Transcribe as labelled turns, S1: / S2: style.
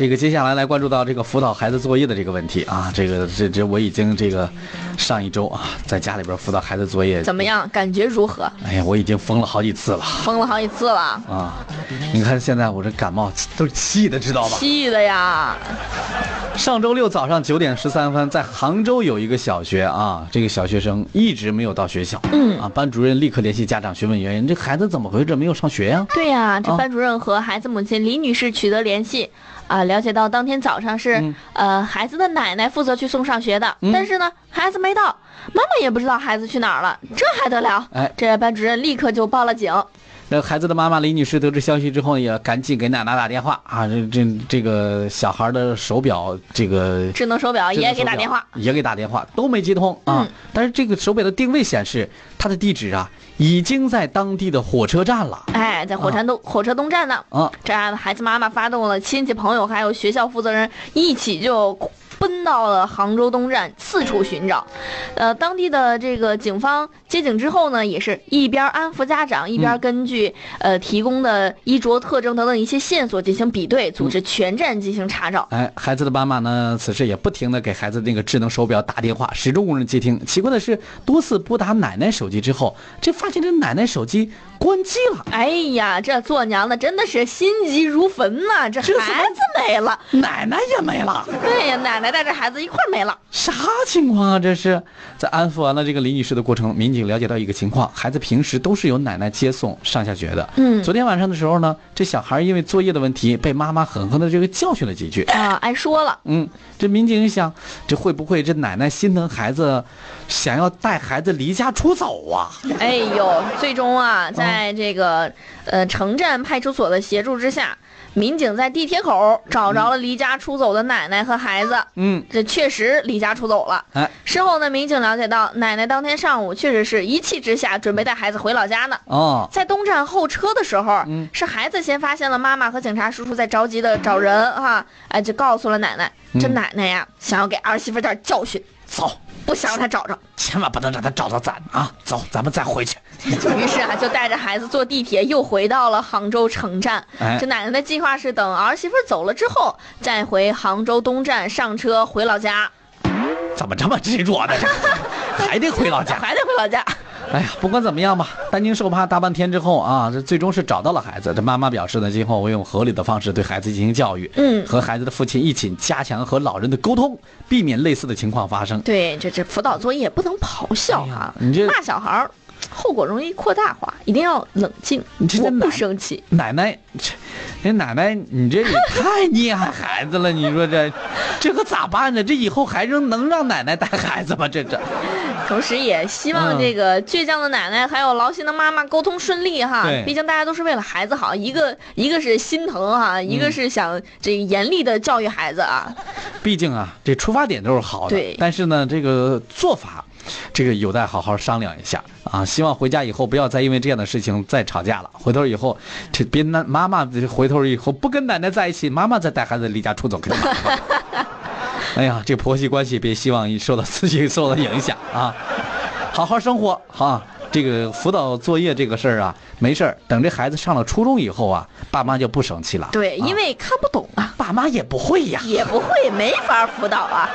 S1: 这个接下来来关注到这个辅导孩子作业的这个问题啊，这个这这我已经这个上一周啊，在家里边辅导孩子作业
S2: 怎么？样？感觉如何？
S1: 哎呀，我已经疯了好几次了
S2: 疯了好几次了，
S1: 啊！你看现在我这感冒都气的，知道吧？
S2: 气的呀！
S1: 上周六早上九点十三分，在杭州有一个小学啊，这个小学生一直没有到学校，
S2: 嗯
S1: 啊，班主任立刻联系家长询问原因，这孩子怎么回事？没有上学呀、
S2: 对呀、这
S1: 啊
S2: 班主任和孩子母亲李女士取得联系，啊，了解到当天早上是、
S1: 嗯
S2: 呃孩子的奶奶负责去送上学的，
S1: 嗯
S2: 但是呢孩子没到，妈妈也不知道孩子去哪儿了，这还得了？
S1: 哎
S2: 这班主任立刻就报了警。
S1: 那孩子的妈妈李女士得知消息之后，也赶紧给奶奶打电话啊，这这这个小孩的手表，这个
S2: 智能手表啊也给打电话，，
S1: 也给打电话，都没接通啊。
S2: 嗯
S1: 但是这个手表的定位显示，它的地址啊已经在当地的火车站了
S2: 哎，在火车东、火车东站呢。
S1: 啊。
S2: 这案孩子妈妈发动了亲戚朋友还有学校负责人一起就奔到了杭州东站四处寻找，呃，当地的这个警方接警之后呢，也是一边安抚家长，一边根据、呃提供的衣着特征等等一些线索进行比对，组织全站进行查找。
S1: 哎，孩子的妈妈呢，此时也不停的给孩子那个智能手表打电话，始终无人接听。奇怪的是，多次拨打奶奶手机之后，这发现这奶奶手机关机了。
S2: 哎呀，这做娘的真的是心急如焚呐、这
S1: 这是
S2: 孩子没了，
S1: 奶奶也没了，
S2: 对呀，奶奶带着孩子一块儿没了。
S1: 啥情况啊？这是在安抚完了这个李女士的过程，民警了解到一个情况：孩子平时都是由奶奶接送上下学的。
S2: 嗯
S1: 昨天晚上的时候呢，这小孩因为作业的问题被妈妈狠狠的这个教训了几句。
S2: 啊，挨说了，
S1: 嗯，这民警一想，这会不会这奶奶心疼孩子，想要带孩子离家出走啊？
S2: 哎呦，最终啊，
S1: 嗯
S2: 在这个呃城镇派出所的协助之下，民警在地铁口找着了离家出走的奶奶和孩子。
S1: 嗯，
S2: 这确实离家出走了。
S1: 哎，
S2: 事后呢，民警了解到，奶奶当天上午确实是一气之下准备带孩子回老家呢。
S1: 哦，
S2: 在东站候车的时候，
S1: 嗯
S2: 是孩子先发现了妈妈和警察叔叔在着急的找人啊，哎，就告诉了奶奶。这
S1: 嗯
S2: 奶奶呀，想要给儿媳妇点教训，
S1: 走，
S2: 不想让她找着。
S1: 千万不能让他找到咱啊！走，咱们再回去。
S2: 于是啊，就带着孩子坐地铁又回到了杭州城站。
S1: 哎
S2: 这奶奶的计划是等儿媳妇儿走了之后，再回杭州东站上车回老
S1: 哎
S2: 家，
S1: 怎么这么执着呢？这还得回老家。
S2: 还得回老 家。
S1: 哎呀，不管怎么样吧，担惊受怕大半天之后啊，这最终是找到了孩子。这妈妈表示呢，今后我用合理的方式对孩子进行教育，
S2: 嗯
S1: 和孩子的父亲一起加强和老人的沟通，避免类似的情况发生。
S2: 对，这这辅导作业不能咆哮
S1: 哎呀
S2: 哈、
S1: 你这
S2: 骂小孩儿，后果容易扩大化，一定要冷静。
S1: 你这
S2: 我
S1: 真
S2: 不
S1: 难
S2: 生气，
S1: 奶奶，这，这奶奶，你这也太溺爱孩子了，你说这，这可咋办呢？这以后还能能让奶奶带孩子吗？这这，
S2: 同时也希望
S1: 嗯
S2: 这个倔强的奶奶还有劳心的妈妈沟通顺利哈
S1: 对。
S2: 毕竟大家都是为了孩子好，一个一个是心疼哈，一
S1: 嗯
S2: 个是想这个严厉的教育孩子啊。
S1: 毕竟啊，这出发点都是好的，
S2: 对
S1: 但是呢，这个做法，这个有待好好商量一下啊。希望回家以后不要再因为这样的事情再吵架了。回头以后，这别那妈妈回头以后不跟奶奶在一起，妈妈再带孩子离家出走可就麻 烦了。哎呀，这婆媳关系别希望受到自己受到影响啊。好好生活哈、这个辅导作业这个事儿啊，没事儿，等这孩子上了初中以后啊，爸妈就不生气了。
S2: 对，
S1: 啊
S2: 因为看不懂啊，
S1: 爸妈也不会呀。
S2: 也不会，没法辅导啊。